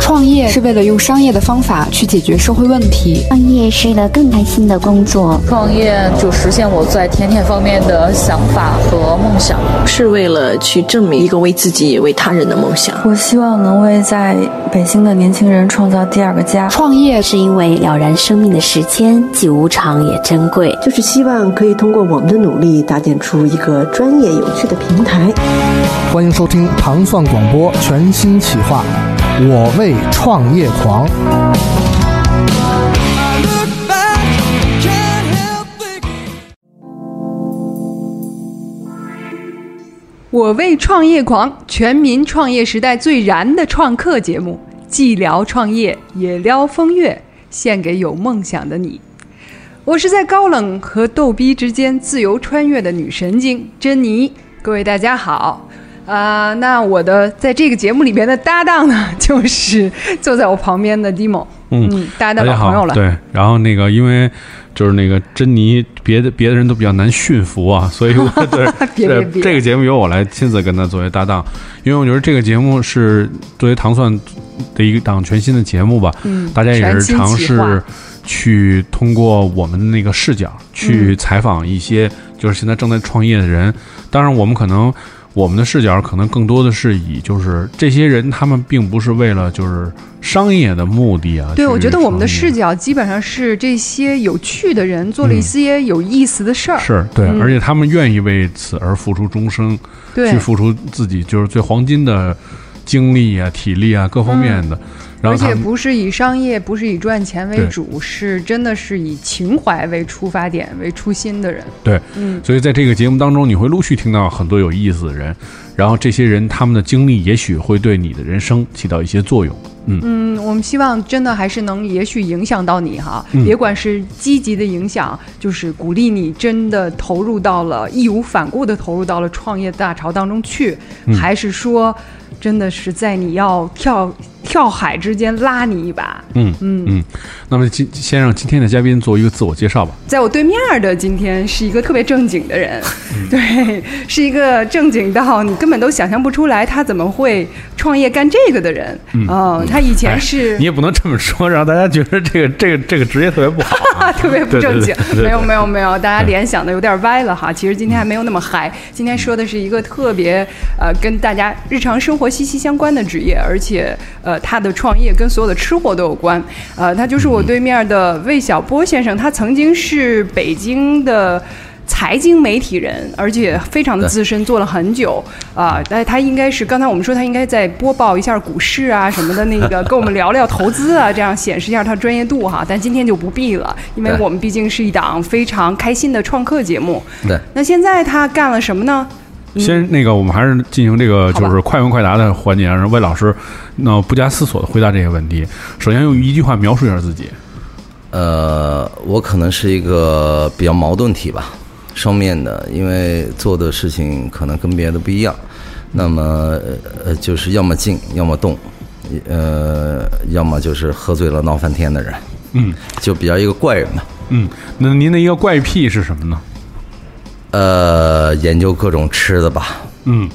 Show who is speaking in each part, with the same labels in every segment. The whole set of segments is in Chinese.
Speaker 1: 创业是为了用商业的方法去解决社会问题，
Speaker 2: 创业是一个更开心的工作。
Speaker 3: 创业就实现我在甜甜方面的想法和梦想，
Speaker 4: 是为了去证明一个为自己也为他人的梦想。
Speaker 5: 我希望能为在北京的年轻人创造第二个家。
Speaker 2: 创业是因为了然生命的时间既无常也珍贵，
Speaker 6: 就是希望可以通过我们的努力，搭建出一个专业有趣的平台。
Speaker 7: 欢迎收听糖蒜广播全新企划。我为创业狂。
Speaker 8: 我为创业狂，全民创业时代最燃的创客节目，既聊创业也聊风月，献给有梦想的你。我是在高冷和逗逼之间自由穿越的女神经珍妮。各位大家好。啊、呃，那我的在这个节目里边的搭档呢，就是坐在我旁边的 Dimo，嗯,嗯，大家的老朋友了。
Speaker 9: 对，然后那个因为就是那个珍妮，别的别的人都比较难驯服啊，所 以我对
Speaker 8: 别别别，
Speaker 9: 这个节目由我来亲自跟他作为搭档，因为我觉得这个节目是作为糖蒜的一档全新的节目吧，
Speaker 8: 嗯，
Speaker 9: 大家也是尝试去通过我们的那个视角
Speaker 8: 嗯
Speaker 9: 去采访一些就是现在正在创业的人，嗯、当然我们可能。我们的视角可能更多的是以，就是这些人他们并不是为了就是商业的目的啊。
Speaker 8: 对，我觉得我们的视角基本上是这些有趣的人做了一些有意思的事儿、嗯。
Speaker 9: 是对、嗯，而且他们愿意为此而付出终生，去付出自己就是最黄金的精力啊、体力啊各方面的。嗯
Speaker 8: 而且不是以商业，不是以赚钱为主，是真的是以情怀为出发点、为初心的人。
Speaker 9: 对，嗯，所以在这个节目当中，你会陆续听到很多有意思的人，然后这些人他们的经历，也许会对你的人生起到一些作用。嗯
Speaker 8: 嗯，我们希望真的还是能，也许影响到你哈、嗯，别管是积极的影响，就是鼓励你真的投入到了义无反顾的投入到了创业大潮当中去，嗯、还是说真的是在你要跳跳海之间拉你一把。
Speaker 9: 嗯嗯嗯。那么今先让今天的嘉宾做一个自我介绍吧。
Speaker 8: 在我对面的今天是一个特别正经的人，嗯、对，是一个正经到你根本都想象不出来他怎么会创业干这个的人。嗯。呃他以前是、哎，
Speaker 9: 你也不能这么说，让大家觉得这个这个这个职业特别不好、啊，
Speaker 8: 特别不正经。没有没有没有，大家联想的有点歪了哈。其实今天还没有那么嗨，今天说的是一个特别呃跟大家日常生活息息相关的职业，而且呃他的创业跟所有的吃货都有关。呃，他就是我对面的魏小波先生，他曾经是北京的。财经媒体人，而且非常的资深，做了很久啊。但、呃、他应该是刚才我们说他应该在播报一下股市啊什么的，那个跟我们聊聊投资啊，这样显示一下他专业度哈。但今天就不必了，因为我们毕竟是一档非常开心的创客节目。
Speaker 10: 对，
Speaker 8: 那现在他干了什么呢？
Speaker 9: 先那个，我们还是进行这个就是快问快答的环节，让魏老师那不加思索的回答这些问题。首先用一句话描述一下自己。
Speaker 10: 呃，我可能是一个比较矛盾体吧。双面的，因为做的事情可能跟别的不一样，那么呃就是要么静，要么动，呃，要么就是喝醉了闹翻天的人，
Speaker 9: 嗯，
Speaker 10: 就比较一个怪人吧，
Speaker 9: 嗯，那您的一个怪癖是什么呢？
Speaker 10: 呃，研究各种吃的吧，
Speaker 9: 嗯，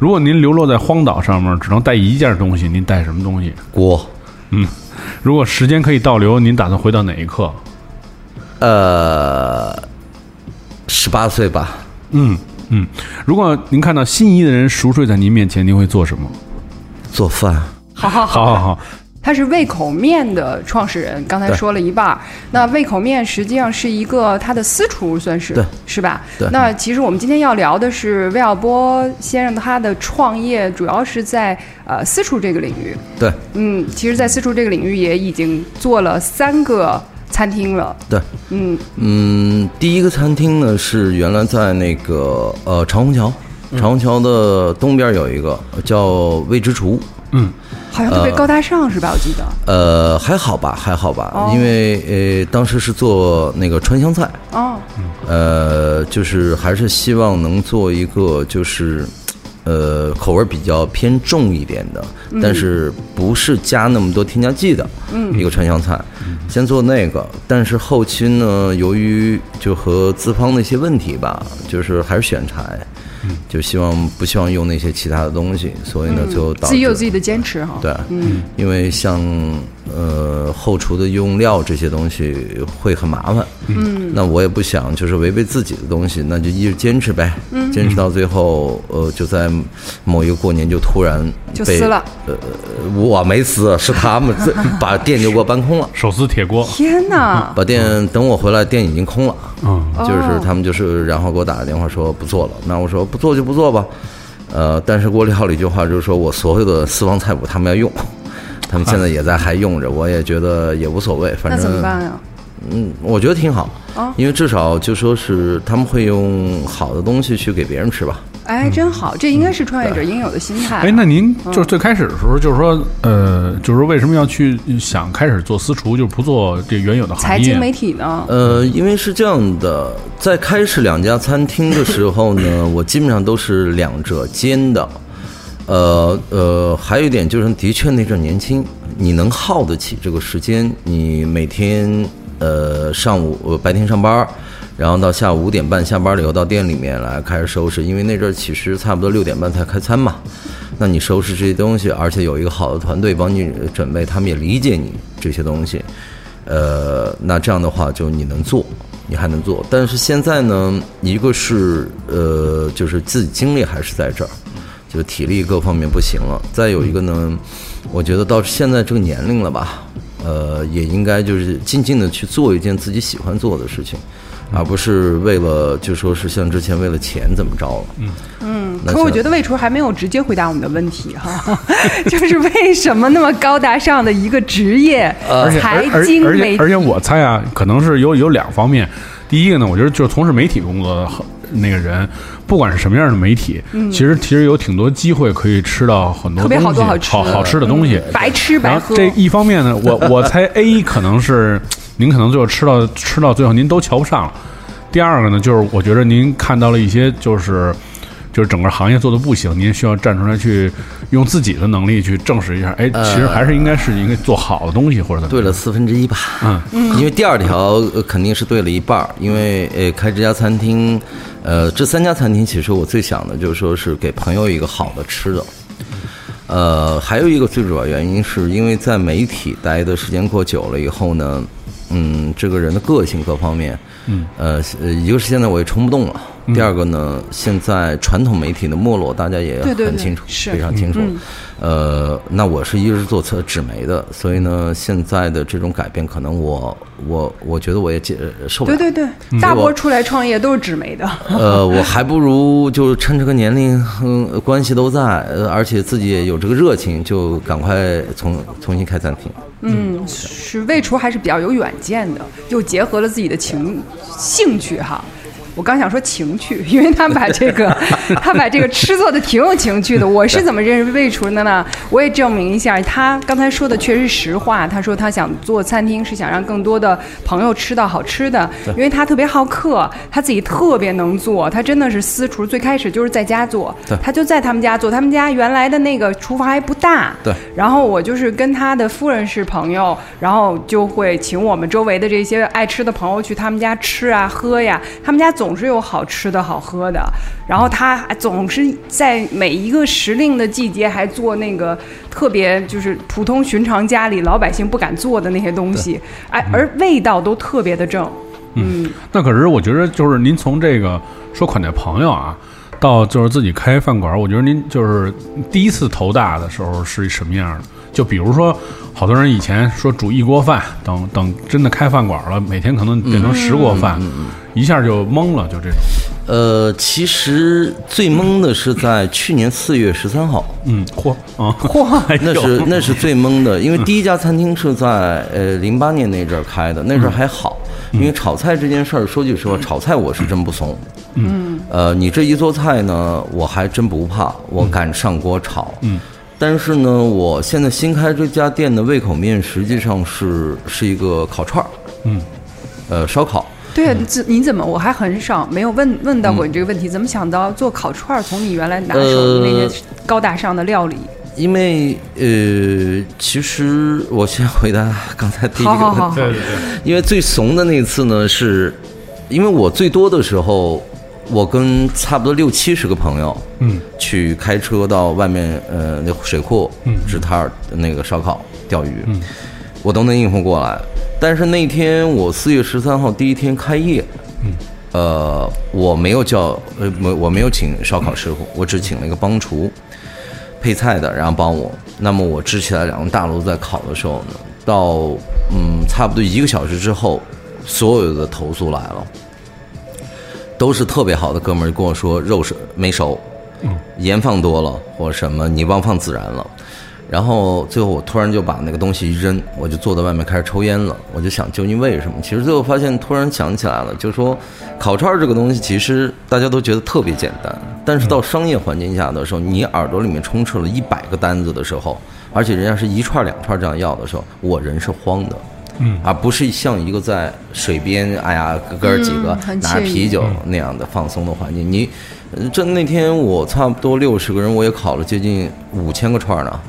Speaker 9: 如果您流落在荒岛上面，只能带一件东西，您带什么东西？
Speaker 10: 锅，
Speaker 9: 嗯，如果时间可以倒流，您打算回到哪一刻？
Speaker 10: 呃。十八岁吧，
Speaker 9: 嗯嗯。如果您看到心仪的人熟睡在您面前，您会做什 么？
Speaker 10: 做饭。
Speaker 8: 好好
Speaker 9: 好好好。
Speaker 8: 他是胃口面的创始人，刚才说了一半。那胃口面实际上是一个他的私厨，算是是吧？
Speaker 10: 对。
Speaker 8: 那其实我们今天要聊的是魏晓波先生他的创业，主要是在呃私厨这个领域。
Speaker 10: 对。
Speaker 8: 嗯，其实，在私厨这个领域也已经做了三个。餐厅了，
Speaker 10: 对，
Speaker 8: 嗯
Speaker 10: 嗯，第一个餐厅呢是原来在那个呃长虹桥，长虹桥的东边有一个叫未知厨，
Speaker 9: 嗯，
Speaker 8: 好像特别高大上、呃、是吧？我记得，
Speaker 10: 呃，还好吧，还好吧，哦、因为呃当时是做那个川湘菜，
Speaker 8: 哦，
Speaker 10: 嗯呃，就是还是希望能做一个就是。呃，口味比较偏重一点的，
Speaker 8: 嗯、
Speaker 10: 但是不是加那么多添加剂的，
Speaker 8: 嗯，
Speaker 10: 一个川湘菜、嗯，先做那个。但是后期呢，由于就和资方的一些问题吧，就是还是选材，就希望不希望用那些其他的东西，所以呢就导致
Speaker 8: 嗯自己有自己的坚持哈。
Speaker 10: 对，嗯，因为像呃后厨的用料这些东西会很麻烦，嗯，那我也不想就是违背自己的东西，那就一直坚持呗，嗯，坚持到最后，呃，就在某一个过年就突然
Speaker 8: 就
Speaker 10: 被
Speaker 8: 撕了，
Speaker 10: 呃，我没撕，是他们自把店就给我搬空了。
Speaker 9: 手撕铁锅，
Speaker 8: 天哪！
Speaker 10: 把店等我回来，店已经空了。啊
Speaker 9: 嗯，
Speaker 8: 哦
Speaker 10: 就是他们就是，然后给我打个电话说不做了。那我说不做就不做吧，呃，但是给我料理句话就是说我所有的私房菜谱他们要用，他们现在也在还用着，我也觉得也无所谓，反
Speaker 8: 那
Speaker 10: 正
Speaker 8: 怎么办啊哦呀？
Speaker 10: 嗯，我觉得挺好，因为至少就说是他们会用好的东西去给别人吃吧。
Speaker 8: 哎，真好，这应该是创业者应有的心态。啊
Speaker 9: 哎，那您就是最开始的时候，就是说，呃，就是为什么要去想开始做私厨，就是不做这原有的行
Speaker 8: 财
Speaker 9: 业？
Speaker 8: 经媒体呢？
Speaker 10: 呃，因为是这样的，在开始两家餐厅的时候呢，我基本上都是两者兼的。呃呃，还有一点就是，的确那阵年轻，你能耗得起这个时间，你每天呃上午呃白天上班儿，然后到下午五点半下班了以后到店里面来开始收拾，因为那阵儿其实差不多六点半才开餐嘛。那你收拾这些东西，而且有一个好的团队帮你准备，他们也理解你这些东西。呃，那这样的话，就你能做，你还能做。但是现在呢，一个是呃，就是自己精力还是在这儿，就是体力各方面不行了。再有一个呢，我觉得到现在这个年龄了吧，呃，也应该就是静静的去做一件自己喜欢做的事情，而不是为了就说是像之前为了钱怎么着了。嗯嗯，
Speaker 8: 可我觉得魏厨还没有直接回答我们的问题哈， 就是为什么那么高大上的一个职业，
Speaker 9: 而且
Speaker 8: 财
Speaker 9: 而而
Speaker 8: 经
Speaker 9: 而
Speaker 8: 媒
Speaker 9: 且
Speaker 8: 体
Speaker 9: 而且我猜啊，可能是有有两方面。第一个呢，我觉得就是从事媒体工作的那个人，不管是什么样的媒体，其实其实有挺多机会可以吃到很多
Speaker 8: 嗯特别
Speaker 9: 东西，
Speaker 8: 好多好
Speaker 9: 好
Speaker 8: 吃嗯
Speaker 9: 好吃的东西。
Speaker 8: 白吃白
Speaker 9: 然后
Speaker 8: 喝，
Speaker 9: 这一方面呢，我我猜 A 可能是您可能最后吃到吃到最后您都瞧不上了。第二个呢，就是我觉得您看到了一些就是就是整个行业做的不行，您需要站出来去用自己的能力去证实一下，哎，其实还是应该是应该做好的东西或者怎么
Speaker 10: 对
Speaker 9: 样。
Speaker 10: 了四分之一吧。
Speaker 9: 嗯
Speaker 10: 因为第二条呃肯定是对了一半儿，因为呃开这家餐厅，呃这三家餐厅其实我最想的就是说是给朋友一个好的吃的。呃，还有一个最主要原因是因为在媒体待的时间过久了以后呢，嗯，这个人的个性各方面，嗯，呃，呃一个是现在我也冲不动了，
Speaker 8: 嗯
Speaker 10: 第二个呢，现在传统媒体的没落大家也
Speaker 8: 对对
Speaker 10: 很
Speaker 8: 对
Speaker 10: 清楚，
Speaker 8: 是嗯
Speaker 10: 非常清楚。呃，那我是一直做测纸媒的，所以呢，现在的这种改变，可能我我我觉得我也接呃受不
Speaker 8: 对
Speaker 10: 了。
Speaker 8: 对对，
Speaker 10: 嗯
Speaker 8: 大波出来创业都是纸媒的，
Speaker 10: 呃，我还不如就趁这个年龄，嗯，关系都在，呃而且自己也有这个热情，就赶快重重新开餐厅。
Speaker 8: 嗯，是魏厨还是比较有远见的，又结合了自己的情兴趣哈。我刚想说情趣，因为他把这 个他把这个吃做的挺有情趣的。我是怎么认识魏厨的呢？我也证明一下，他刚才说的确实实话。他说他想做餐厅是想让更多的朋友吃到好吃的，因为他特别好客，他自己特别能做，他真的是私厨。最开始就是在家做
Speaker 10: 对，
Speaker 8: 他就在他们家做，他们家原来的那个厨房还不大，
Speaker 10: 对
Speaker 8: 然后我就是跟他的夫人是朋友，然后就会请我们周围的这些爱吃的朋友去他们家吃啊、喝呀。他们家总是有好吃的好喝的，然后他还总是在每一个时令的季节还做那个特别就是普通寻常家里老百姓不敢做的那些东西，哎，而味道都特别的正。
Speaker 9: 那可是我觉得，就是您从这个说款待朋友啊，到就是自己开饭馆儿，我觉得您就是第一次头大的时候是什么样的？就比如说，好多人以前说煮一锅饭，等等真的开饭馆儿了，每天可能变成十锅饭，一下就懵了，就这种。
Speaker 10: 呃，其实最懵的是在去年四月十三号，
Speaker 9: 嗯，嚯啊嚯，哎呦
Speaker 10: 那是那是最懵的，因为第一家餐厅是在呃零八年那阵儿开的，那阵儿还好，因为炒菜这件事儿，说句实话，炒菜我是真不怂。嗯，呃，你这一做菜呢，我还真不怕，我敢上锅炒。嗯，但是呢，我现在新开这家店的胃口面实际上是是一个烤串儿，
Speaker 9: 嗯，
Speaker 10: 呃，烧烤。
Speaker 8: 对，这你怎么我还很少没有问问到过你这个问题，怎么想到做烤串儿？从你原来拿手的那
Speaker 10: 呃
Speaker 8: 些高大上的料理。
Speaker 10: 因为呃，其实我先回答刚才第一个
Speaker 8: 好
Speaker 10: 问题。
Speaker 8: 好好好
Speaker 9: 对对对，
Speaker 10: 因为最怂的那次呢，是因为我最多的时候，我跟差不多六七十个朋友，
Speaker 9: 嗯，
Speaker 10: 去开车到外面呃那水库，嗯，支摊儿那个烧烤钓鱼，嗯，我都能应付过来。但是那天我四月十三号第一天开业，嗯，呃，我没有叫呃没我没有请烧烤师傅，我只请了一个帮厨，配菜的，然后帮我。那么我支起来两个大炉在烤的时候呢，到嗯差不多一个小时之后，所有的投诉来了。都是特别好的哥们儿跟我说肉是没熟，盐放多了或者什么，你忘放孜然了。然后最后我突然就把那个东西一扔，我就坐在外面开始抽烟了。我就想究竟为什么？其实最后发现，突然想起来了，就是说烤串儿这个东西，其实大家都觉得特别简单，但是到商业环境下的时候，你耳朵里面充斥了一百个单子的时候，而且人家是一串儿两串儿这样要的时候，我人是慌的。
Speaker 9: 嗯
Speaker 10: 而不是像一个在水边，哎呀，哥哥儿几个
Speaker 8: 很
Speaker 10: 拿着
Speaker 8: 惬意
Speaker 10: 啤酒那样的放松的环境。你，呃这那天我差不多六十个人，我也烤了接近五千个串儿呢，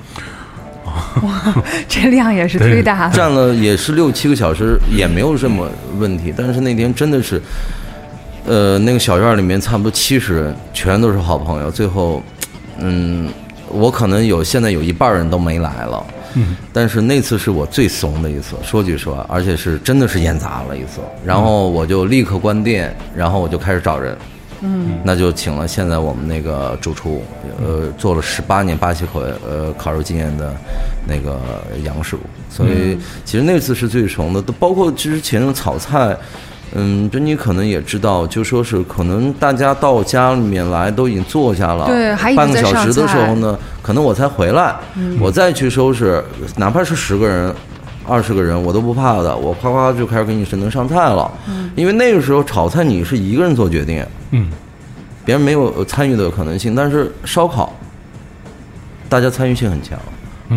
Speaker 8: 这量也是忒大了。
Speaker 10: 站了也是六七个小时，也没有什么问题。但是那天真的是，呃，那个小院儿里面差不多七十人，全都是好朋友。最后，嗯，我可能有现在有一半儿人都没来了。嗯，但是那次是我最怂的一次，说句实话，而且是真的是演砸了一次。然后我就立刻关店，然后我就开始找人。嗯，那就请了现在我们那个主厨，呃，做了十八年巴西口呃烤肉经验的那个杨师傅，所
Speaker 8: 嗯
Speaker 10: 以其实那次是最怂的，都包括之前的炒菜。嗯，珍妮可能也知道，就说是可能大家到家里面来都已经坐下了，
Speaker 8: 对还一直
Speaker 10: 半个
Speaker 8: 在
Speaker 10: 小
Speaker 8: 上
Speaker 10: 时的时候
Speaker 8: 菜嗯
Speaker 10: 呢，可能我才回来，我再去收拾，哪怕是十个人、二十个人，我都不怕的。我夸夸就开始给你神能上菜了，
Speaker 8: 嗯
Speaker 10: 因为那个时候炒菜你是一个人做决定，
Speaker 9: 嗯，
Speaker 10: 别人没有参与的可能性。但是烧烤，大家参与性很强，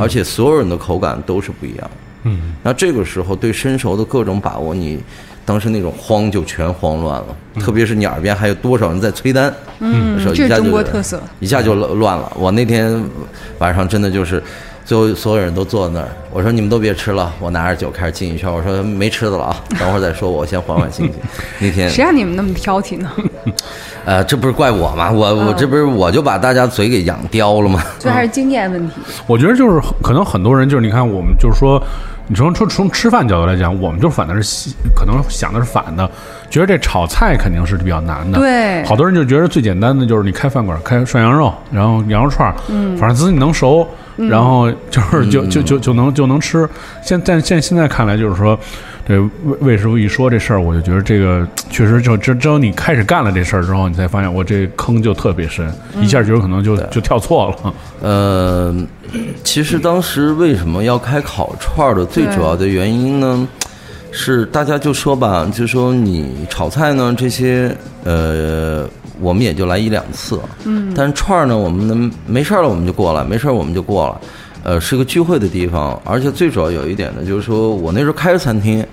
Speaker 10: 而且所有人的口感都是不一样。
Speaker 9: 嗯，
Speaker 10: 那这个时候对生熟的各种把握，你当时那种慌就全慌乱了，特别是你耳边还有多少人在催单，嗯，时候一
Speaker 8: 这是
Speaker 10: 下就
Speaker 8: 中国特色，
Speaker 10: 一下就乱了。我那天晚上真的就是，最后所有人都坐那儿，我说你们都别吃了，我拿着酒开始进一圈，我说没吃的了啊，等会儿再说，我先缓缓心情。那天
Speaker 8: 谁让你们那么挑剔
Speaker 9: 嗯
Speaker 8: 呢？
Speaker 10: 呃，这不是怪我吗？我我这不是我就把大家嘴给养刁了吗？
Speaker 8: 这还是经验问题。
Speaker 9: 我觉得就是可能很多人就是你看我们就是说，你从从从吃饭角度来讲，我们就反的是西可能想的是反的，觉得这炒菜肯定是比较难的。
Speaker 8: 对
Speaker 9: 好多人就觉得最简单的就是你开饭馆开涮羊肉，然后羊肉串儿，反正自己能熟，然后就是就就就就能就能吃。现但现现在看来就是说。对魏魏师傅一说这事儿，我就觉得这个确实就只只有你开始干了这事儿之后，你才发现我这坑就特别深，一下觉得可能就就跳错了。
Speaker 10: 呃，其实当时为什么要开烤串儿的最主要的原因呢？是大家就说吧，就说你炒菜呢这些，呃，我们也就来一两次，嗯，但是串儿呢，我们能没事儿了我们就过来，没事儿我们就过来，呃，是个聚会的地方，而且最主要有一点呢，就是说我那时候开着餐厅，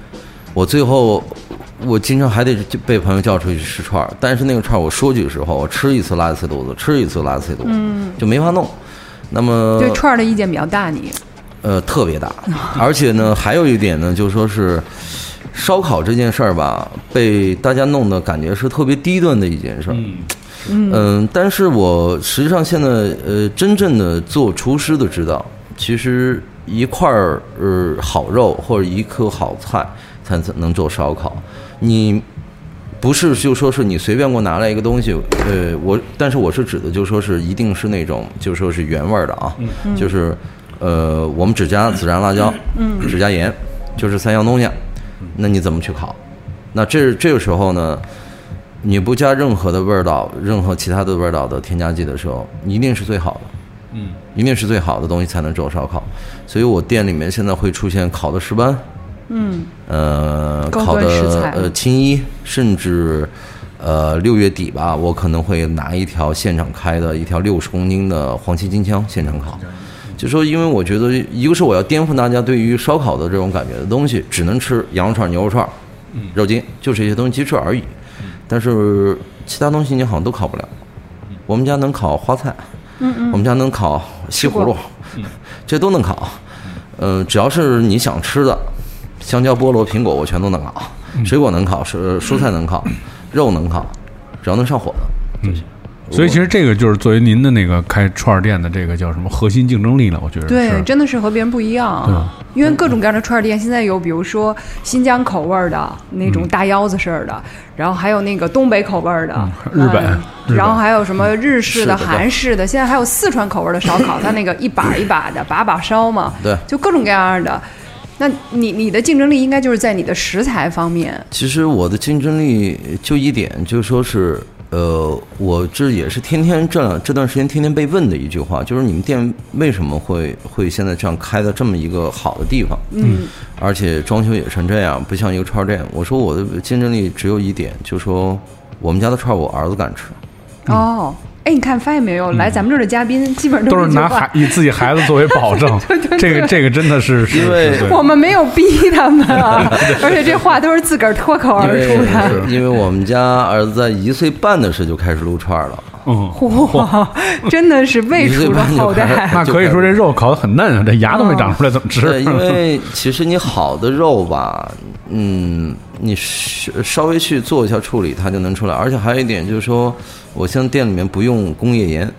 Speaker 10: 我最后我经常还得就被朋友叫出去吃串儿，但是那个串儿我说句实话，我吃一次拉一次肚子，吃一次拉一次肚子，就没法弄。那
Speaker 9: 嗯
Speaker 10: 么
Speaker 8: 对串儿的意见比较大，你
Speaker 10: 呃，特别大，而且呢，还有一点呢，就说是烧烤这件事儿吧，被大家弄得感觉是特别低端的一件事儿。嗯但是我实际上现在呃，真正的做厨师的知道，其实一块儿呃好肉或者一颗好菜才能做烧烤，你。不是，就说是你随便给我拿来一个东西，呃，我，但是我是指的，就说是一定是那种，就说是原味儿的啊，就是，呃，我们只加孜然、辣椒，只加盐，就是三样东西，那你怎么去烤？那这这个时候呢，你不加任何的味道，任何其他的味道的添加剂的时候，你一定是最好的，嗯，一定是最好的东西才能做烧烤，所以我店里面现在会出现烤的石斑，呃，
Speaker 8: 嗯高
Speaker 10: 烤
Speaker 8: 端食
Speaker 10: 的
Speaker 8: 材
Speaker 10: 呃青衣，甚至呃六月底吧，我可能会拿一条现场开的一条六十公斤的黄鳍金枪现场烤。就说，因为我觉得，一个是我要颠覆大家对于烧烤的这种感觉的东西，只能吃羊肉串、牛肉串、肉筋，就这些东西鸡翅而已。但是其他东西你好像都烤不了。我们家能烤花菜，嗯嗯，我们家能烤西葫芦，这都能烤。嗯、只要是你想吃的，嗯香蕉、菠萝、苹果，我全都能烤。水果能烤，蔬蔬菜能烤，肉能烤，只要能上火的。
Speaker 9: 嗯，所以其实这个就是作为您的那个开串儿店的这个叫什么核心竞争力了，我觉得
Speaker 8: 对
Speaker 9: 是，嗯
Speaker 8: 真的是和别人不一样啊。因为各种各样的串儿店，现在有比如说新疆口味儿的那种大腰子式儿的，然后还有那个东北口味儿的，
Speaker 9: 嗯日本
Speaker 8: 嗯
Speaker 9: 日本
Speaker 8: 然后还有什么日式
Speaker 10: 是的
Speaker 8: 的、韩式的，现在还有四川口味儿的烧烤，它那个一把一把的，把把烧嘛，
Speaker 10: 对
Speaker 8: 就各种各样的。那你你的竞争力应该就是在你的食材方面，
Speaker 10: 其实我的竞争力就一点，就说是，呃，我这也是天天这两这段时间天天被问的一句话，就是你们店为什么会会现在这样开到这么一个好的地方？嗯，而且装修也成这样，不像一个串儿店。我说我的竞争力只有一点，就说我们家的串儿我儿子敢吃，嗯
Speaker 8: 哦，哎，你看发现没有，来咱们这儿的嘉宾基本上
Speaker 9: 都是
Speaker 8: 这句
Speaker 9: 拿
Speaker 8: 话
Speaker 9: 孩以自己孩子作为 保证，这个这个真的是是
Speaker 10: 因为
Speaker 9: 是对
Speaker 8: 我们没有逼他们 啊，而且这话都是自个儿脱口
Speaker 10: 因
Speaker 8: 而出
Speaker 10: 为
Speaker 8: 的。
Speaker 10: 因为我们家儿子在一岁半的时候就开始撸串儿了，
Speaker 9: 嗯，
Speaker 8: 哇， 真的是喂出了后
Speaker 10: 一岁 半就开
Speaker 8: 代
Speaker 10: 始。
Speaker 9: 那可以说这肉烤的很嫩啊，这牙都没长出来，怎么
Speaker 10: 对，
Speaker 9: 吃？
Speaker 10: 因 为嗯其实你好的肉吧，嗯，你稍稍微去做一下处理，它就能出来。而且还有一点就是说，我现在店里面不用工业盐，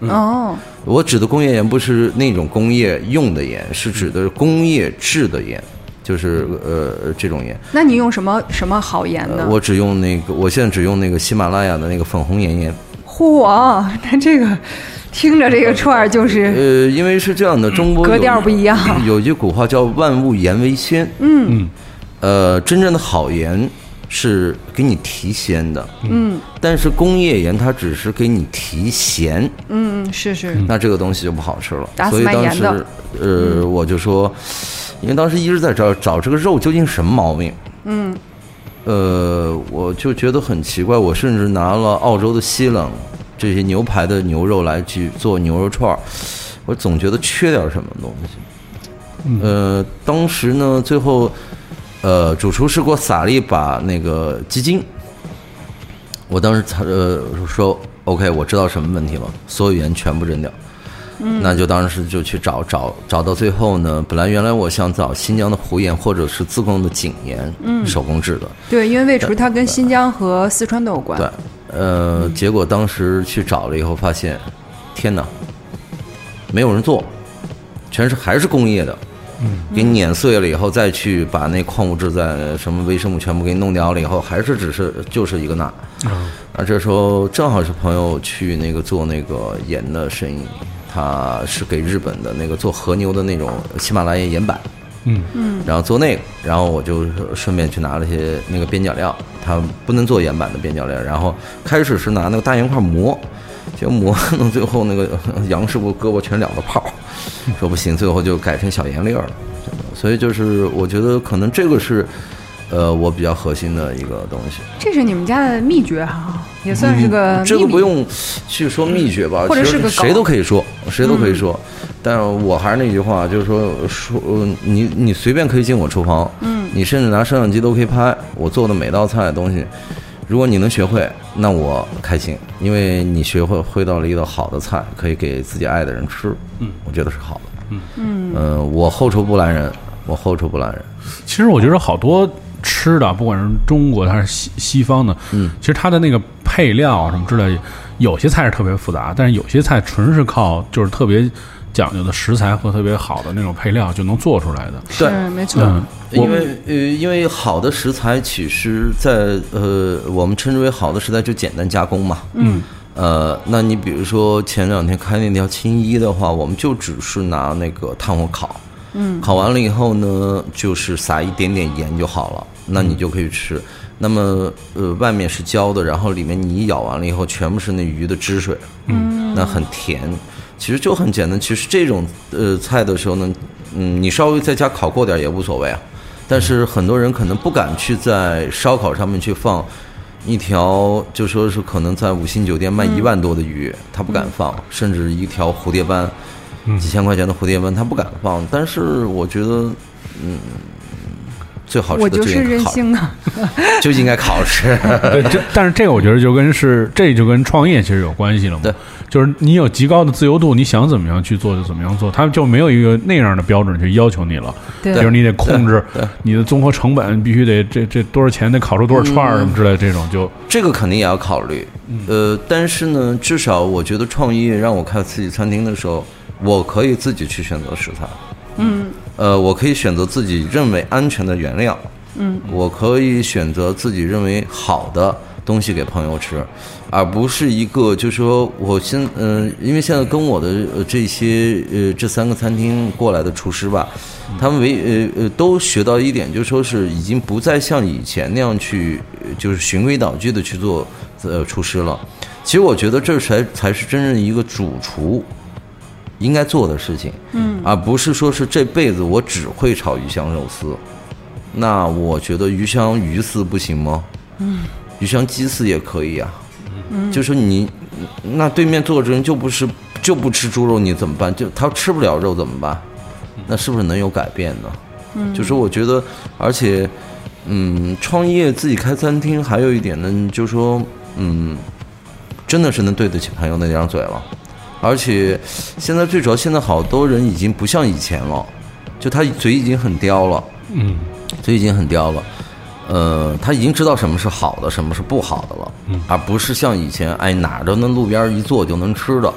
Speaker 10: 嗯
Speaker 8: 哦，
Speaker 10: 我指的工业盐不是那种工业用的盐，是指的工业制的盐，就是呃这种盐。
Speaker 8: 那你用什么什么好盐
Speaker 10: 呃
Speaker 8: 呢？
Speaker 10: 我只用那个，我现在只用那个喜马拉雅的那个粉红盐盐。
Speaker 8: 嚯，那这个听着这个串儿就 是
Speaker 10: 呃，因为是这样的，中国
Speaker 8: 格
Speaker 10: 有
Speaker 8: 调不一样
Speaker 10: 有一句古话叫“万物盐为鲜”。嗯，呃，真正的好盐是给你提鲜的。嗯，但是工业盐它只是给你提咸，
Speaker 8: 嗯，是是，
Speaker 10: 那这个东西就不好吃
Speaker 8: 打
Speaker 10: 了。
Speaker 8: 死
Speaker 10: 所以
Speaker 8: 卖
Speaker 10: 当
Speaker 8: 盐
Speaker 10: 时
Speaker 8: 的，嗯
Speaker 10: 呃，我就说，因为当时一直在找找这个肉究竟什么毛病。
Speaker 8: 嗯，
Speaker 10: 呃，我就觉得很奇怪，我甚至拿了澳洲的西冷这些牛排的牛肉来去做牛肉串儿，我总觉得缺点什么东西。呃，当时呢，最后，呃，主厨是给我撒了一把那个鸡精，我当时才呃说 OK，我知道什么问题了，所有盐全部扔掉。那就当时就去找找找到最后呢，本来原来我想找新疆的湖盐或者是自贡的井盐，嗯，手工制的，
Speaker 8: 对，因为魏厨它跟新疆和四川都有关
Speaker 10: 对。，呃，结果当时去找了以后发现，天哪，没有人做，全是还是工业的，嗯，给碾碎了以后再去把那矿物质在什么微生物全部给弄掉了以后，还是只是就是一个钠，啊，这时候正好是朋友去那个做那个盐的生意，他是给日本的那个做和牛的那种喜马拉雅盐板，
Speaker 9: 嗯
Speaker 10: 嗯，然后做那个，然后我就顺便去拿了些那个边角料，他不能做盐板的边角料，然后开始是拿那个大盐块磨，结果磨到最后那个杨师傅胳膊全燎了泡，说不行，最后就改成小盐粒儿了，真的所以就是我觉得可能这个是，呃，我比较核心的一个东西。
Speaker 8: 这是你们家的秘诀哈，也算是个
Speaker 10: 嗯这
Speaker 8: 秘
Speaker 10: 个
Speaker 8: 密
Speaker 10: 不用去说秘诀吧，
Speaker 8: 或者
Speaker 10: 其实
Speaker 8: 是个嗯
Speaker 10: 谁
Speaker 8: 梗
Speaker 10: 都可以说，谁都可以说。但是我还是那句话，就是说说呃你你随便可以进我厨房，嗯，你甚至拿摄像机都可以拍我做的每道菜的东西。如果你能学会，那我开心，因为你学会会到了一道好的菜，可以给自己爱的人吃，嗯，我觉得是好的，嗯嗯，呃，我后厨不拦人，我后厨不拦人，
Speaker 9: 其实我觉得好多吃的，不管是中国的还是西西方的，嗯，其实它的那个配料啊什么之类，有些菜是特别复杂，但是有些菜纯是靠就是特别讲究的食材和特别好的那种配料就能做出来的。
Speaker 10: 对，
Speaker 8: 嗯，没错。
Speaker 9: 嗯，我
Speaker 10: 因为呃，因为好的食材其实在，呃，我们称之为好的食材就简单加工嘛。嗯。呃，那你比如说前两天开那条青衣的话，我们就只是拿那个炭火烤。嗯。烤完了以后呢，就是撒一点点盐就好了，那你就可以吃。那么呃，外面是焦的，然后里面你咬完了以后，全部是那鱼的汁水。嗯。那很甜。其实就很简单，其实这种呃菜的时候呢，嗯，你稍微在家烤过点儿也无所谓啊。但是很多人可能不敢去在烧烤上面去放一条，就说是可能在五星酒店卖一万多的鱼，
Speaker 8: 嗯
Speaker 10: 他不敢放，甚至一条蝴蝶斑，几千块钱的蝴蝶斑他不敢放。但是我觉得，嗯最好
Speaker 8: 我
Speaker 10: 吃的
Speaker 8: 就是任
Speaker 10: 应该考
Speaker 8: 性啊，
Speaker 10: 就应该考试。
Speaker 9: 对，这但是这个我觉得就跟是这就跟创业其实有关系了嘛。
Speaker 10: 对，
Speaker 9: 就是你有极高的自由度，你想怎么样去做就怎么样做，他们就没有一个那样的标准去要求你了。
Speaker 8: 对
Speaker 9: 比如你得控制你的综合成本，必须得这这多少钱得烤出多少串儿什么之类的，这种就
Speaker 10: 这个肯定也要考虑。
Speaker 8: 嗯
Speaker 10: 呃，但是呢，至少我觉得创业让我开自己餐厅的时候，我可以自己去选择食材。嗯。呃，我可以选择自己认为安全的原料。嗯。我可以选择自己认为好的东西给朋友吃，而不是一个就是说我现嗯、因为现在跟我的、呃、这些呃这三个餐厅过来的厨师吧，他们唯呃呃都学到一点，就说是已经不再像以前那样去呃就是循规蹈矩的去做呃厨师了。其实我觉得这才才是真正一个主厨应该做的事情，嗯，而不是说是这辈子我只会炒鱼香肉丝，那我觉得鱼香鱼丝不行吗？嗯，鱼香鸡丝也可以啊，嗯，就说你那对面坐着人就不吃就不吃猪肉，你怎么办？就他吃不了肉怎么办？那是不是能有改变呢？嗯，就是我觉得，而且，嗯，创业自己开餐厅还有一点呢，就是说，嗯，真的是能对得起朋友那张嘴了。而且现在最主要，现在好多人已经不像以前了，就他嘴已经很刁了，
Speaker 9: 嗯，
Speaker 10: 嘴已经很刁了。呃，他已经知道什么是好的，什么是不好的了，嗯、而不是像以前，哎，哪儿都能路边儿一坐就能吃的，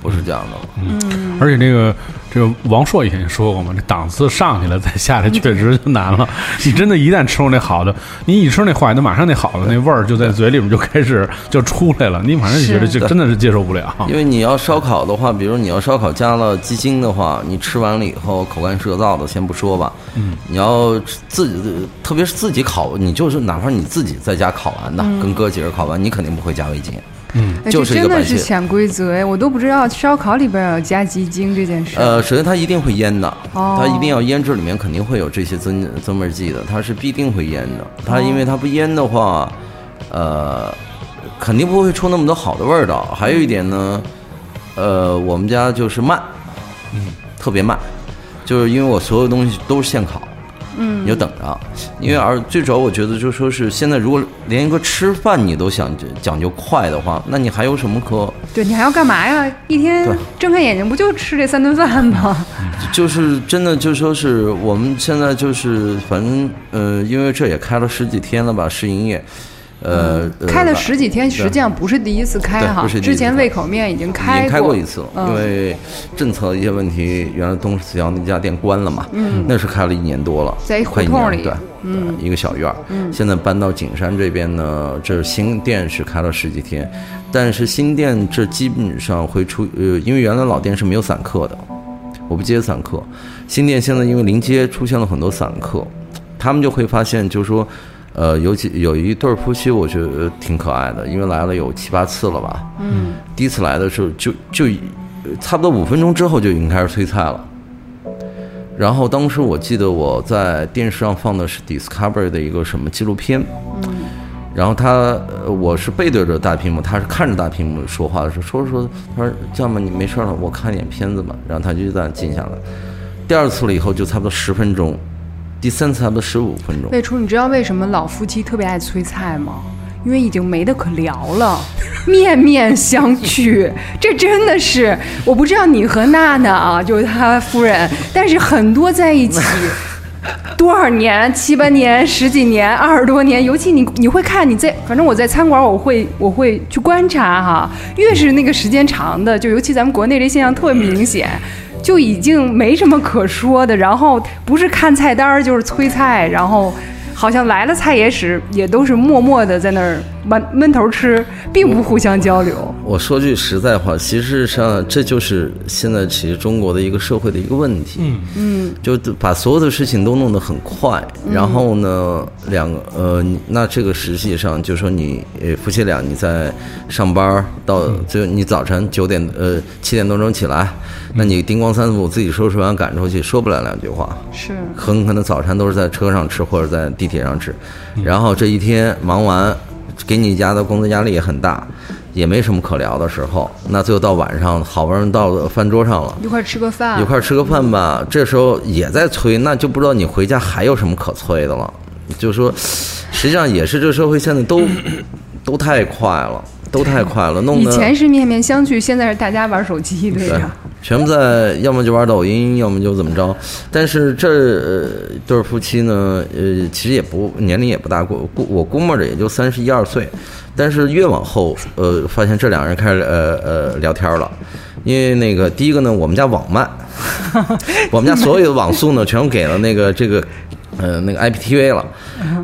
Speaker 10: 不是这样的了。
Speaker 9: 而且这个这个王朔以前也说过嘛，这档次上去了再下来确实就难了。你真的，一旦吃出那好的，你一吃那坏的，马上那好的那味儿就在嘴里面就开始就出来了，你马上就觉得这真的是接受不了。
Speaker 10: 因为你要烧烤的话，比如你要烧烤加了鸡精的话，你吃完了以后口干舌燥的，先不说吧。嗯，你要自己，特别是自己烤，你就是哪怕你自己在家烤完的，跟哥几个烤完，你肯定不会加味精。
Speaker 8: 嗯哎
Speaker 10: 就是
Speaker 8: 这
Speaker 10: 一个
Speaker 8: 真的
Speaker 10: 白切
Speaker 8: 是潜规则哎，我都不知道烧烤里边有加鸡精这件事。
Speaker 10: 呃，首先它一定会腌的，
Speaker 8: 哦
Speaker 10: 它一定要腌制，里面肯定会有这些增增味剂的，它是必定会腌的。它因为它不腌的话，呃，肯定不会出那么多好的味道。还有一点呢，呃，我们家就是慢，嗯，特别慢，就是因为我所有东西都是现烤。嗯，你就等着，因为而最主要，我觉得就说是现在，如果连一个吃饭你都想讲究快的话，那你还有什么可
Speaker 8: 对你还要干嘛呀？一天
Speaker 10: 对
Speaker 8: 睁开眼睛不就吃这三顿饭吗？
Speaker 10: 就是真的，就说是我们现在就是，反正呃，因为这也开了十几天了吧，试营业，呃， 呃
Speaker 8: 开了十几天，实际上不是第一次开
Speaker 10: 对
Speaker 8: 哈
Speaker 10: 不是，第一次
Speaker 8: 之前胃口面已经
Speaker 10: 已
Speaker 8: 开
Speaker 10: 经开过一次了，
Speaker 8: 嗯
Speaker 10: 因为政策的一些问题，原来东四桥那家店关了嘛，那是开了一年多了，
Speaker 8: 嗯在一
Speaker 10: 快一
Speaker 8: 胡同
Speaker 10: 年
Speaker 8: 里
Speaker 10: 对，嗯，一个小院儿，现在搬到景山这边呢，这新店是开了十几天，但是新店这基本上会出，呃，因为原来老店是没有散客的，我不接散客，新店现在因为临街出现了很多散客，他们就会发现，就是说。呃，尤其有一对儿夫妻，我觉得挺可爱的，因为来了有七八次了吧。嗯，第一次来的时候就就呃差不多五分钟之后就已经开始催菜了。然后当时我记得我在电视上放的是 Discovery 的一个什么纪录片，然后他呃我是背对着大屏幕，他是看着大屏幕说话的时候，说着说着他说这样吧，你没事了，我看一眼片子吧，然后他就这样静下来。第二次了以后就差不多十分钟，第三次差不多十五分钟。
Speaker 8: 魏初，你知道为什么老夫妻特别爱催菜吗？因为已经没得可聊了，面面相觑。这真的是，我不知道你和娜娜啊，就是她夫人，但是很多在一起多少年，七八年、十几年、二十多年，尤其你你会看你在，反正我在餐馆，我会我会去观察哈，越是那个时间长的，就尤其咱们国内这现象特别明显。就已经没什么可说的，然后不是看菜单儿就是催菜，然后好像来了菜也使也都是默默的在那儿闷闷头吃，并不互相交流。
Speaker 10: 我说句实在话，其实上这就是现在其实中国的一个社会的一个问题。嗯嗯，就把所有的事情都弄得很快，然后呢，两个呃，你那这个实际上就说你呃夫妻俩你在上班儿到就你早晨九点呃七点多钟起来，那你叮咣三五自己收拾完赶出去，说不了两句话。
Speaker 8: 是，
Speaker 10: 很可能早餐都是在车上吃或者在
Speaker 8: 嗯
Speaker 10: 地铁上吃，然后这一天忙完，给你家的工作压力也很大，也没什么可聊的时候，那最后到晚上好不容易到饭桌上了。
Speaker 8: 一块儿吃个饭，
Speaker 10: 一块儿吃个饭吧。这时候也在催，那就不知道你回家还有什么可催的了。就是说，实际上也是这社会现在都都太快了，都太快了，弄
Speaker 8: 以
Speaker 10: 得
Speaker 8: 前是面面相觑，现在是大家玩手机，对
Speaker 10: 对
Speaker 8: 呀、，
Speaker 10: 全部在要么就玩抖音，要么就怎么着。但是这呃对儿夫妻呢，呃，其实也不年龄也不大，估估我估摸着也就三十一二岁。但是越往后，呃，发现这两人开始呃呃聊天了，因为那个第一个呢，我们家网慢， 我们家所有的网速呢，全给了那个这个。呃，那个 IPTV 了，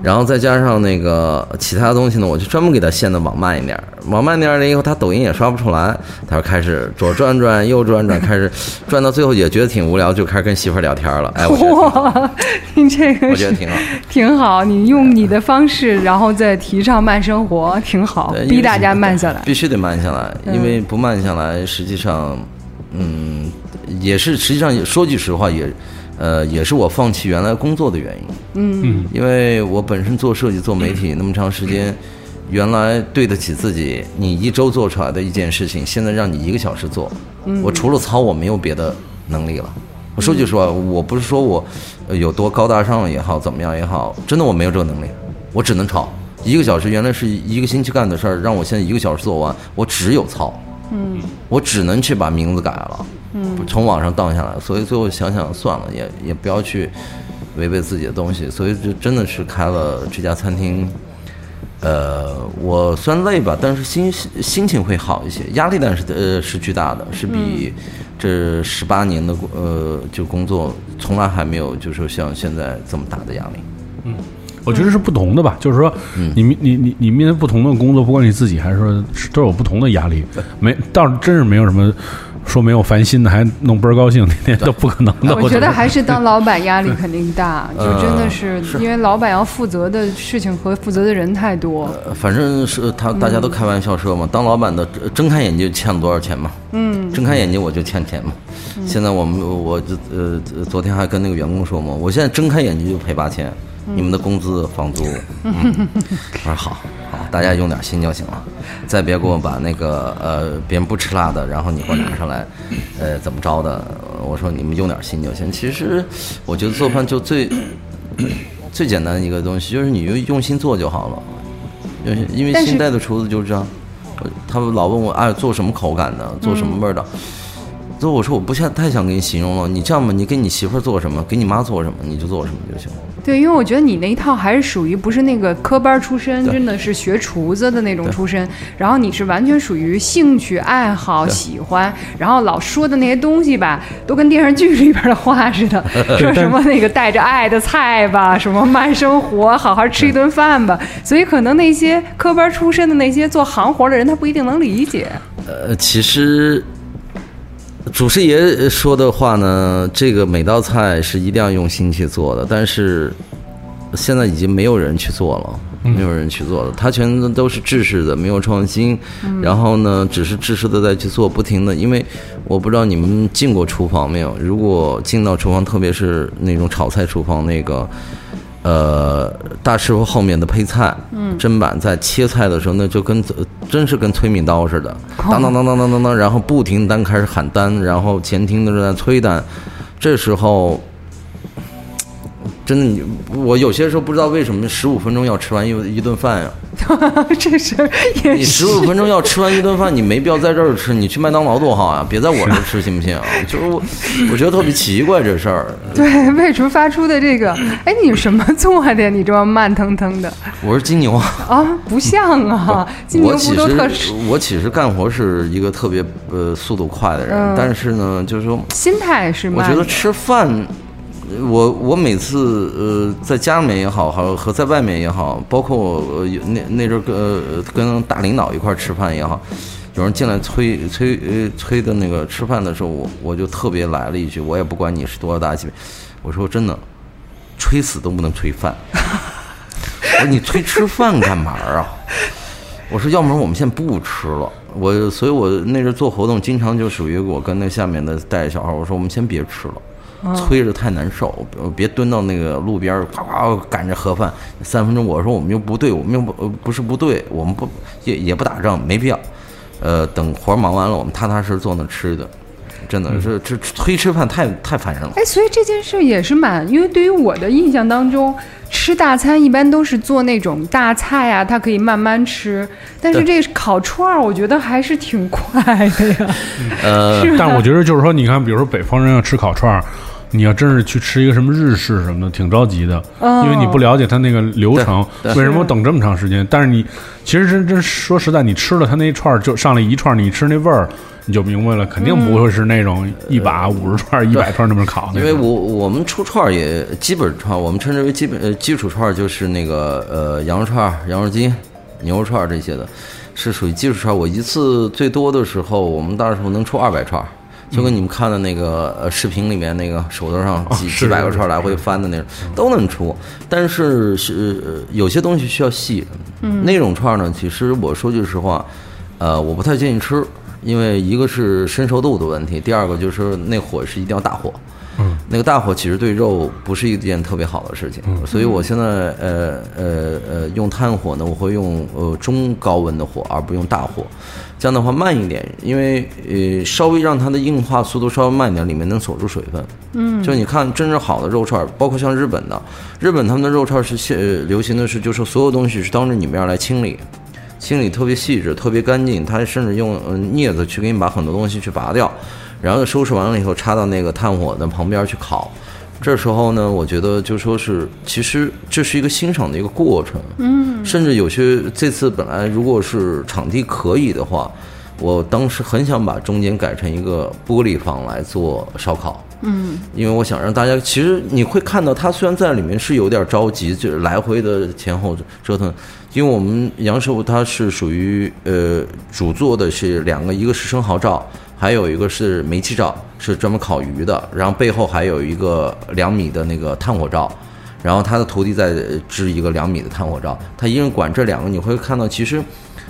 Speaker 10: 然后再加上那个其他东西呢，我就专门给他限的网慢一点儿，网慢一点儿了以后，他抖音也刷不出来，他就开始左转转右转转，开始转到最后也觉得挺无聊，就开始跟媳妇儿聊天了。哎，我觉得挺好，
Speaker 8: 哇，你这个
Speaker 10: 我觉得
Speaker 8: 是
Speaker 10: 挺好。
Speaker 8: 挺好，你用你的方式，然后再提倡慢生活，挺好
Speaker 10: 对，因为
Speaker 8: 逼大家慢下来。
Speaker 10: 必须得慢下来，因为不慢下来，实际上，嗯，也是实际上也说句实话，也，呃，也是我放弃原来工作的原因。嗯，因为我本身做设计、做媒体那么长时间，原来对得起自己，你一周做出来的一件事情，现在让你一个小时做，我除了操，我没有别的能力了。我说句实话，我不是说我呃有多高大上也好，怎么样也好，真的我没有这个能力，我只能抄。一个小时原来是一个星期干的事儿，让我现在一个小时做完，我只有操。嗯，我只能去把名字改了。嗯，从网上荡下来，所以最后想想算了，也也不要去违背自己的东西，所以就真的是开了这家餐厅。呃，我虽然累吧，但是心心情会好一些，压力但是呃是巨大的，是比这十八年的呃就工作从来还没有就是说像现在这么大的压力。
Speaker 9: 我觉得是不同的吧，就是说，
Speaker 10: 嗯
Speaker 9: 你面你你你面对不同的工作，不管你自己还是说，是都有不同的压力。没，倒是真是没有什么说没有烦心的，还弄倍儿高兴，天天都不可能的。
Speaker 8: 我觉
Speaker 9: 觉
Speaker 8: 得还是当老板 压力肯定大，就真的是因为老板要负责的事情和负责的人太多。
Speaker 10: 呃反正是他大家都开玩笑说嘛，当老板的呃睁开眼睛就欠了多少钱嘛，嗯，睁开眼睛我就欠钱嘛。现在我们我就呃呃昨天还跟那个员工说嘛，我现在睁开眼睛就赔八千，你们的工资、房租，嗯，我说好。好，大家用点心就行了，再别给我把那个呃别人不吃辣的，然后你给我拿上来，呃怎么着的？呃我说你们用点心就行。其实我觉得做饭就最 最简单的一个东西，就是你用用心做就好了。因为因为
Speaker 8: 但是
Speaker 10: 现在的厨子就是这样，我他们老问我哎做什么口感的，做什么味儿的。最后我说我不想太想给你形容了，你这样吧，你给你媳妇儿做什么，给你妈做什么，你就做什么就行了。
Speaker 8: 对，因为我觉得你那一套还是属于不是那个科班出身，真的是学厨子的那种出身。然后你是完全属于兴趣爱好、喜欢，然后老说的那些东西吧，都跟电视剧里边的话似的，说什么那个带着爱的菜吧，什么慢生活，好好吃一顿饭吧。所以可能那些科班出身的那些做行活的人，他不一定能理解。
Speaker 10: 呃，其实祖师爷说的话呢，这个每道菜是一定要用心去做的，但是现在已经没有人去做了，没有人去做了，他全都是制式的，没有创新，然后呢，只是制式的在去做，不停的，因为我不知道你们进过厨房没有，如果进到厨房，特别是那种炒菜厨房那个。呃，大师傅后面的配菜，嗯，砧板在切菜的时候，那就跟呃真是跟催命刀似的，当当当当当当当，然后不停单开始喊单，然后前厅的人在催单，这时候。真的，你我有些时候不知道为什么十五分钟要吃完一一顿饭呀、
Speaker 8: 这是也
Speaker 10: 你十五分钟要吃完一顿饭，你没必要在这儿吃，你去麦当劳多好啊！别在我这儿吃，信不信啊？就是我，我觉得特别奇怪这事儿。
Speaker 8: 对为厨发出的这个，哎，你什么做的呀？你这么慢腾腾的
Speaker 10: 我是金牛啊，
Speaker 8: 啊，不像啊！金牛
Speaker 10: 我
Speaker 8: 不
Speaker 10: 其
Speaker 8: 都特
Speaker 10: 实我其实干活是一个特别呃速度快的人，但是呢，就是说，
Speaker 8: 心态嗯是
Speaker 10: 我
Speaker 8: 慢
Speaker 10: 觉
Speaker 8: 的？
Speaker 10: 得吃饭，呃我我每次呃在家里面也好，和和在外面也好，包括我、呃、有那那阵儿跟、呃、跟大领导一块儿吃饭也好，有人进来催催呃催的那个吃饭的时候，我我就特别来了一句，我也不管你是多少大级别，我说真的，吹死都不能吹 饭。我说你催吃饭干嘛啊？我说，要不然我们现在不吃了。我，所以我那阵儿做活动，经常就属于我跟那下面的带着小孩儿，我说我们先别吃了，催着太难受，呃别蹲到那个路边儿，呱呱赶着盒饭三分钟。我说我们又不对，我们又不呃不是不对，我们不也也不打仗，没必要。呃，等活儿忙完了，我们踏踏实实坐那儿吃的，真的是这这黑吃饭太太烦人了。
Speaker 8: 哎，所以这件事也是蛮，因为对于我的印象当中，吃大餐一般都是做那种大菜啊，它可以慢慢吃。但是这烤串儿，我觉得还是挺快的 呀。
Speaker 10: 呃，
Speaker 9: 但我觉得就是说，你看，比如说北方人要吃烤串儿，你要真是去吃一个什么日式什么的，挺着急的，
Speaker 8: 哦
Speaker 9: 因为你不了解它那个流程，
Speaker 10: 对对
Speaker 9: 为什么等这么长时间？但是你其实真真说实在，你吃了它那一串儿，就上来一串儿，你吃那味儿，你就明白了，肯定
Speaker 8: 嗯
Speaker 9: 不会是那种一把五十串儿、一百串儿那么烤的。
Speaker 10: 因为我我们出串儿也基本串儿，我们称之为基本呃基础串儿，就是那个呃羊肉串儿、羊肉筋、牛肉串儿这些的，是属于基础串儿。我一次最多的时候，我们大时候能出二百串儿，就跟你们看的那个呃视频里面那个手头上几、
Speaker 9: 哦是
Speaker 10: 几百个串儿来回翻的那种，都能出。但是是呃有些东西需要细，嗯，那种串儿呢，其实我说句实话，呃，我不太建议吃。因为一个是伸熟度的问题，第二个就是那火是一定要大火，
Speaker 9: 嗯
Speaker 10: 那个大火其实对肉不是一件特别好的事情，
Speaker 9: 嗯
Speaker 10: 所以我现在呃呃呃用炭火呢，我会用呃中高温的火，而不用大火。这样的话慢一点，因为呃稍微让它的硬化速度稍微慢一点，里面能锁住水分。嗯，就你看真正好的肉串儿，包括像日本的，日本他们的肉串儿是现、呃、流行的是，就是所有东西是当着你面儿来清理。清理特别细致，特别干净。他甚至用呃镊子去给你把很多东西去拔掉，然后收拾完了以后插到那个炭火的旁边去烤。这时候呢，我觉得就说是，其实这是一个欣赏的一个过程。嗯，甚至有些这次本来如果是场地可以的话，我当时很想把中间改成一个玻璃房来做烧烤。嗯，因为我想让大家，其实你会看到他虽然在里面是有点着急，就是来回的前后折腾，因为我们杨师傅他是属于呃主做的是两个，一个是生蚝罩，还有一个是煤气罩，是专门烤鱼的，然后背后还有一个两米的那个炭火罩。然后他的徒弟再支一个两米的炭火罩，他一人管这两个，你会看到其实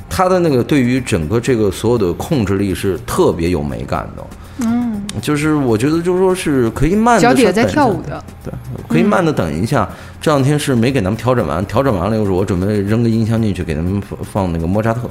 Speaker 10: 他的那个对于整个这个所有的控制力是特别有美感的。嗯，就是我觉得就说是可以慢的，
Speaker 8: 小姐在跳舞的，嗯
Speaker 10: 对，可以慢的等一下。这两天是没给他们调整完，调整完了以后，我准备扔个音箱进去给他们放放那个莫扎特，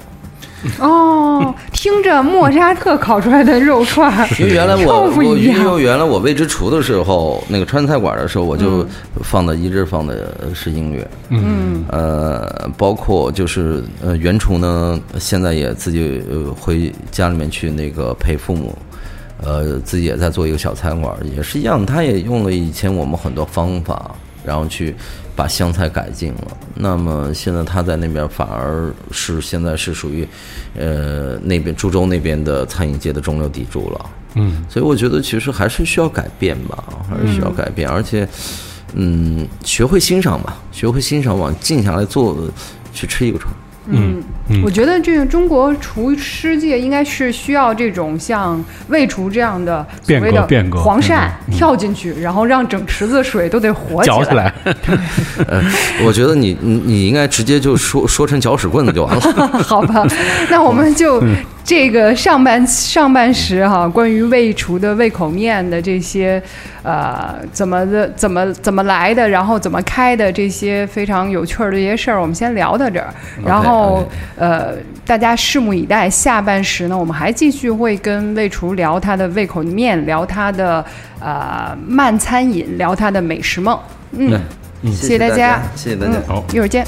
Speaker 8: 哦，听着莫扎特烤出来的肉串儿，
Speaker 10: 因为原来我
Speaker 8: 臭不
Speaker 10: 我
Speaker 8: 一
Speaker 10: 因
Speaker 8: 样
Speaker 10: 为原来我未知厨的时候，那个川菜馆的时候，我就
Speaker 8: 嗯
Speaker 10: 放的一直放的是音乐，嗯，呃，包括就是呃原厨呢，现在也自己呃回家里面去那个陪父母。呃，自己也在做一个小餐馆，也是一样，他也用了以前我们很多方法，然后去把湘菜改进了。那么现在他在那边反而是现在是属于，呃，那边株洲那边的餐饮界的中流砥柱了。
Speaker 9: 嗯，
Speaker 10: 所以我觉得其实还是需要改变吧，还是需要改变，而且，嗯，学会欣赏吧，学会欣赏，往静下来做，去吃一个 串。
Speaker 9: 嗯
Speaker 8: 我觉得这个中国厨师界应该是需要这种像魏厨这样的所
Speaker 9: 变革
Speaker 8: 谓的
Speaker 9: 变革嗯
Speaker 8: 黄鳝跳进去，然后让整池子水都得活
Speaker 9: 嚼起
Speaker 8: 来。
Speaker 9: 来，
Speaker 10: 呃，我觉得你你你应该直接就说说成搅屎棍子就完了。
Speaker 8: 好吧，那我们就这个上半上半时哈、关于魏厨的胃口面的这些，呃，怎么的，怎么怎么来的，然后怎么开的这些非常有趣儿的这些事儿，我们先聊到这儿。然后
Speaker 10: OK，OK
Speaker 8: 呃，大家拭目以待。下半时呢，我们还继续会跟魏厨聊他的胃口面，聊他的呃慢餐饮，聊他的美食梦。嗯，
Speaker 10: 嗯，谢
Speaker 8: 谢大
Speaker 10: 大
Speaker 8: 家
Speaker 10: 家，谢谢大家。
Speaker 9: 好。
Speaker 8: 一会儿见。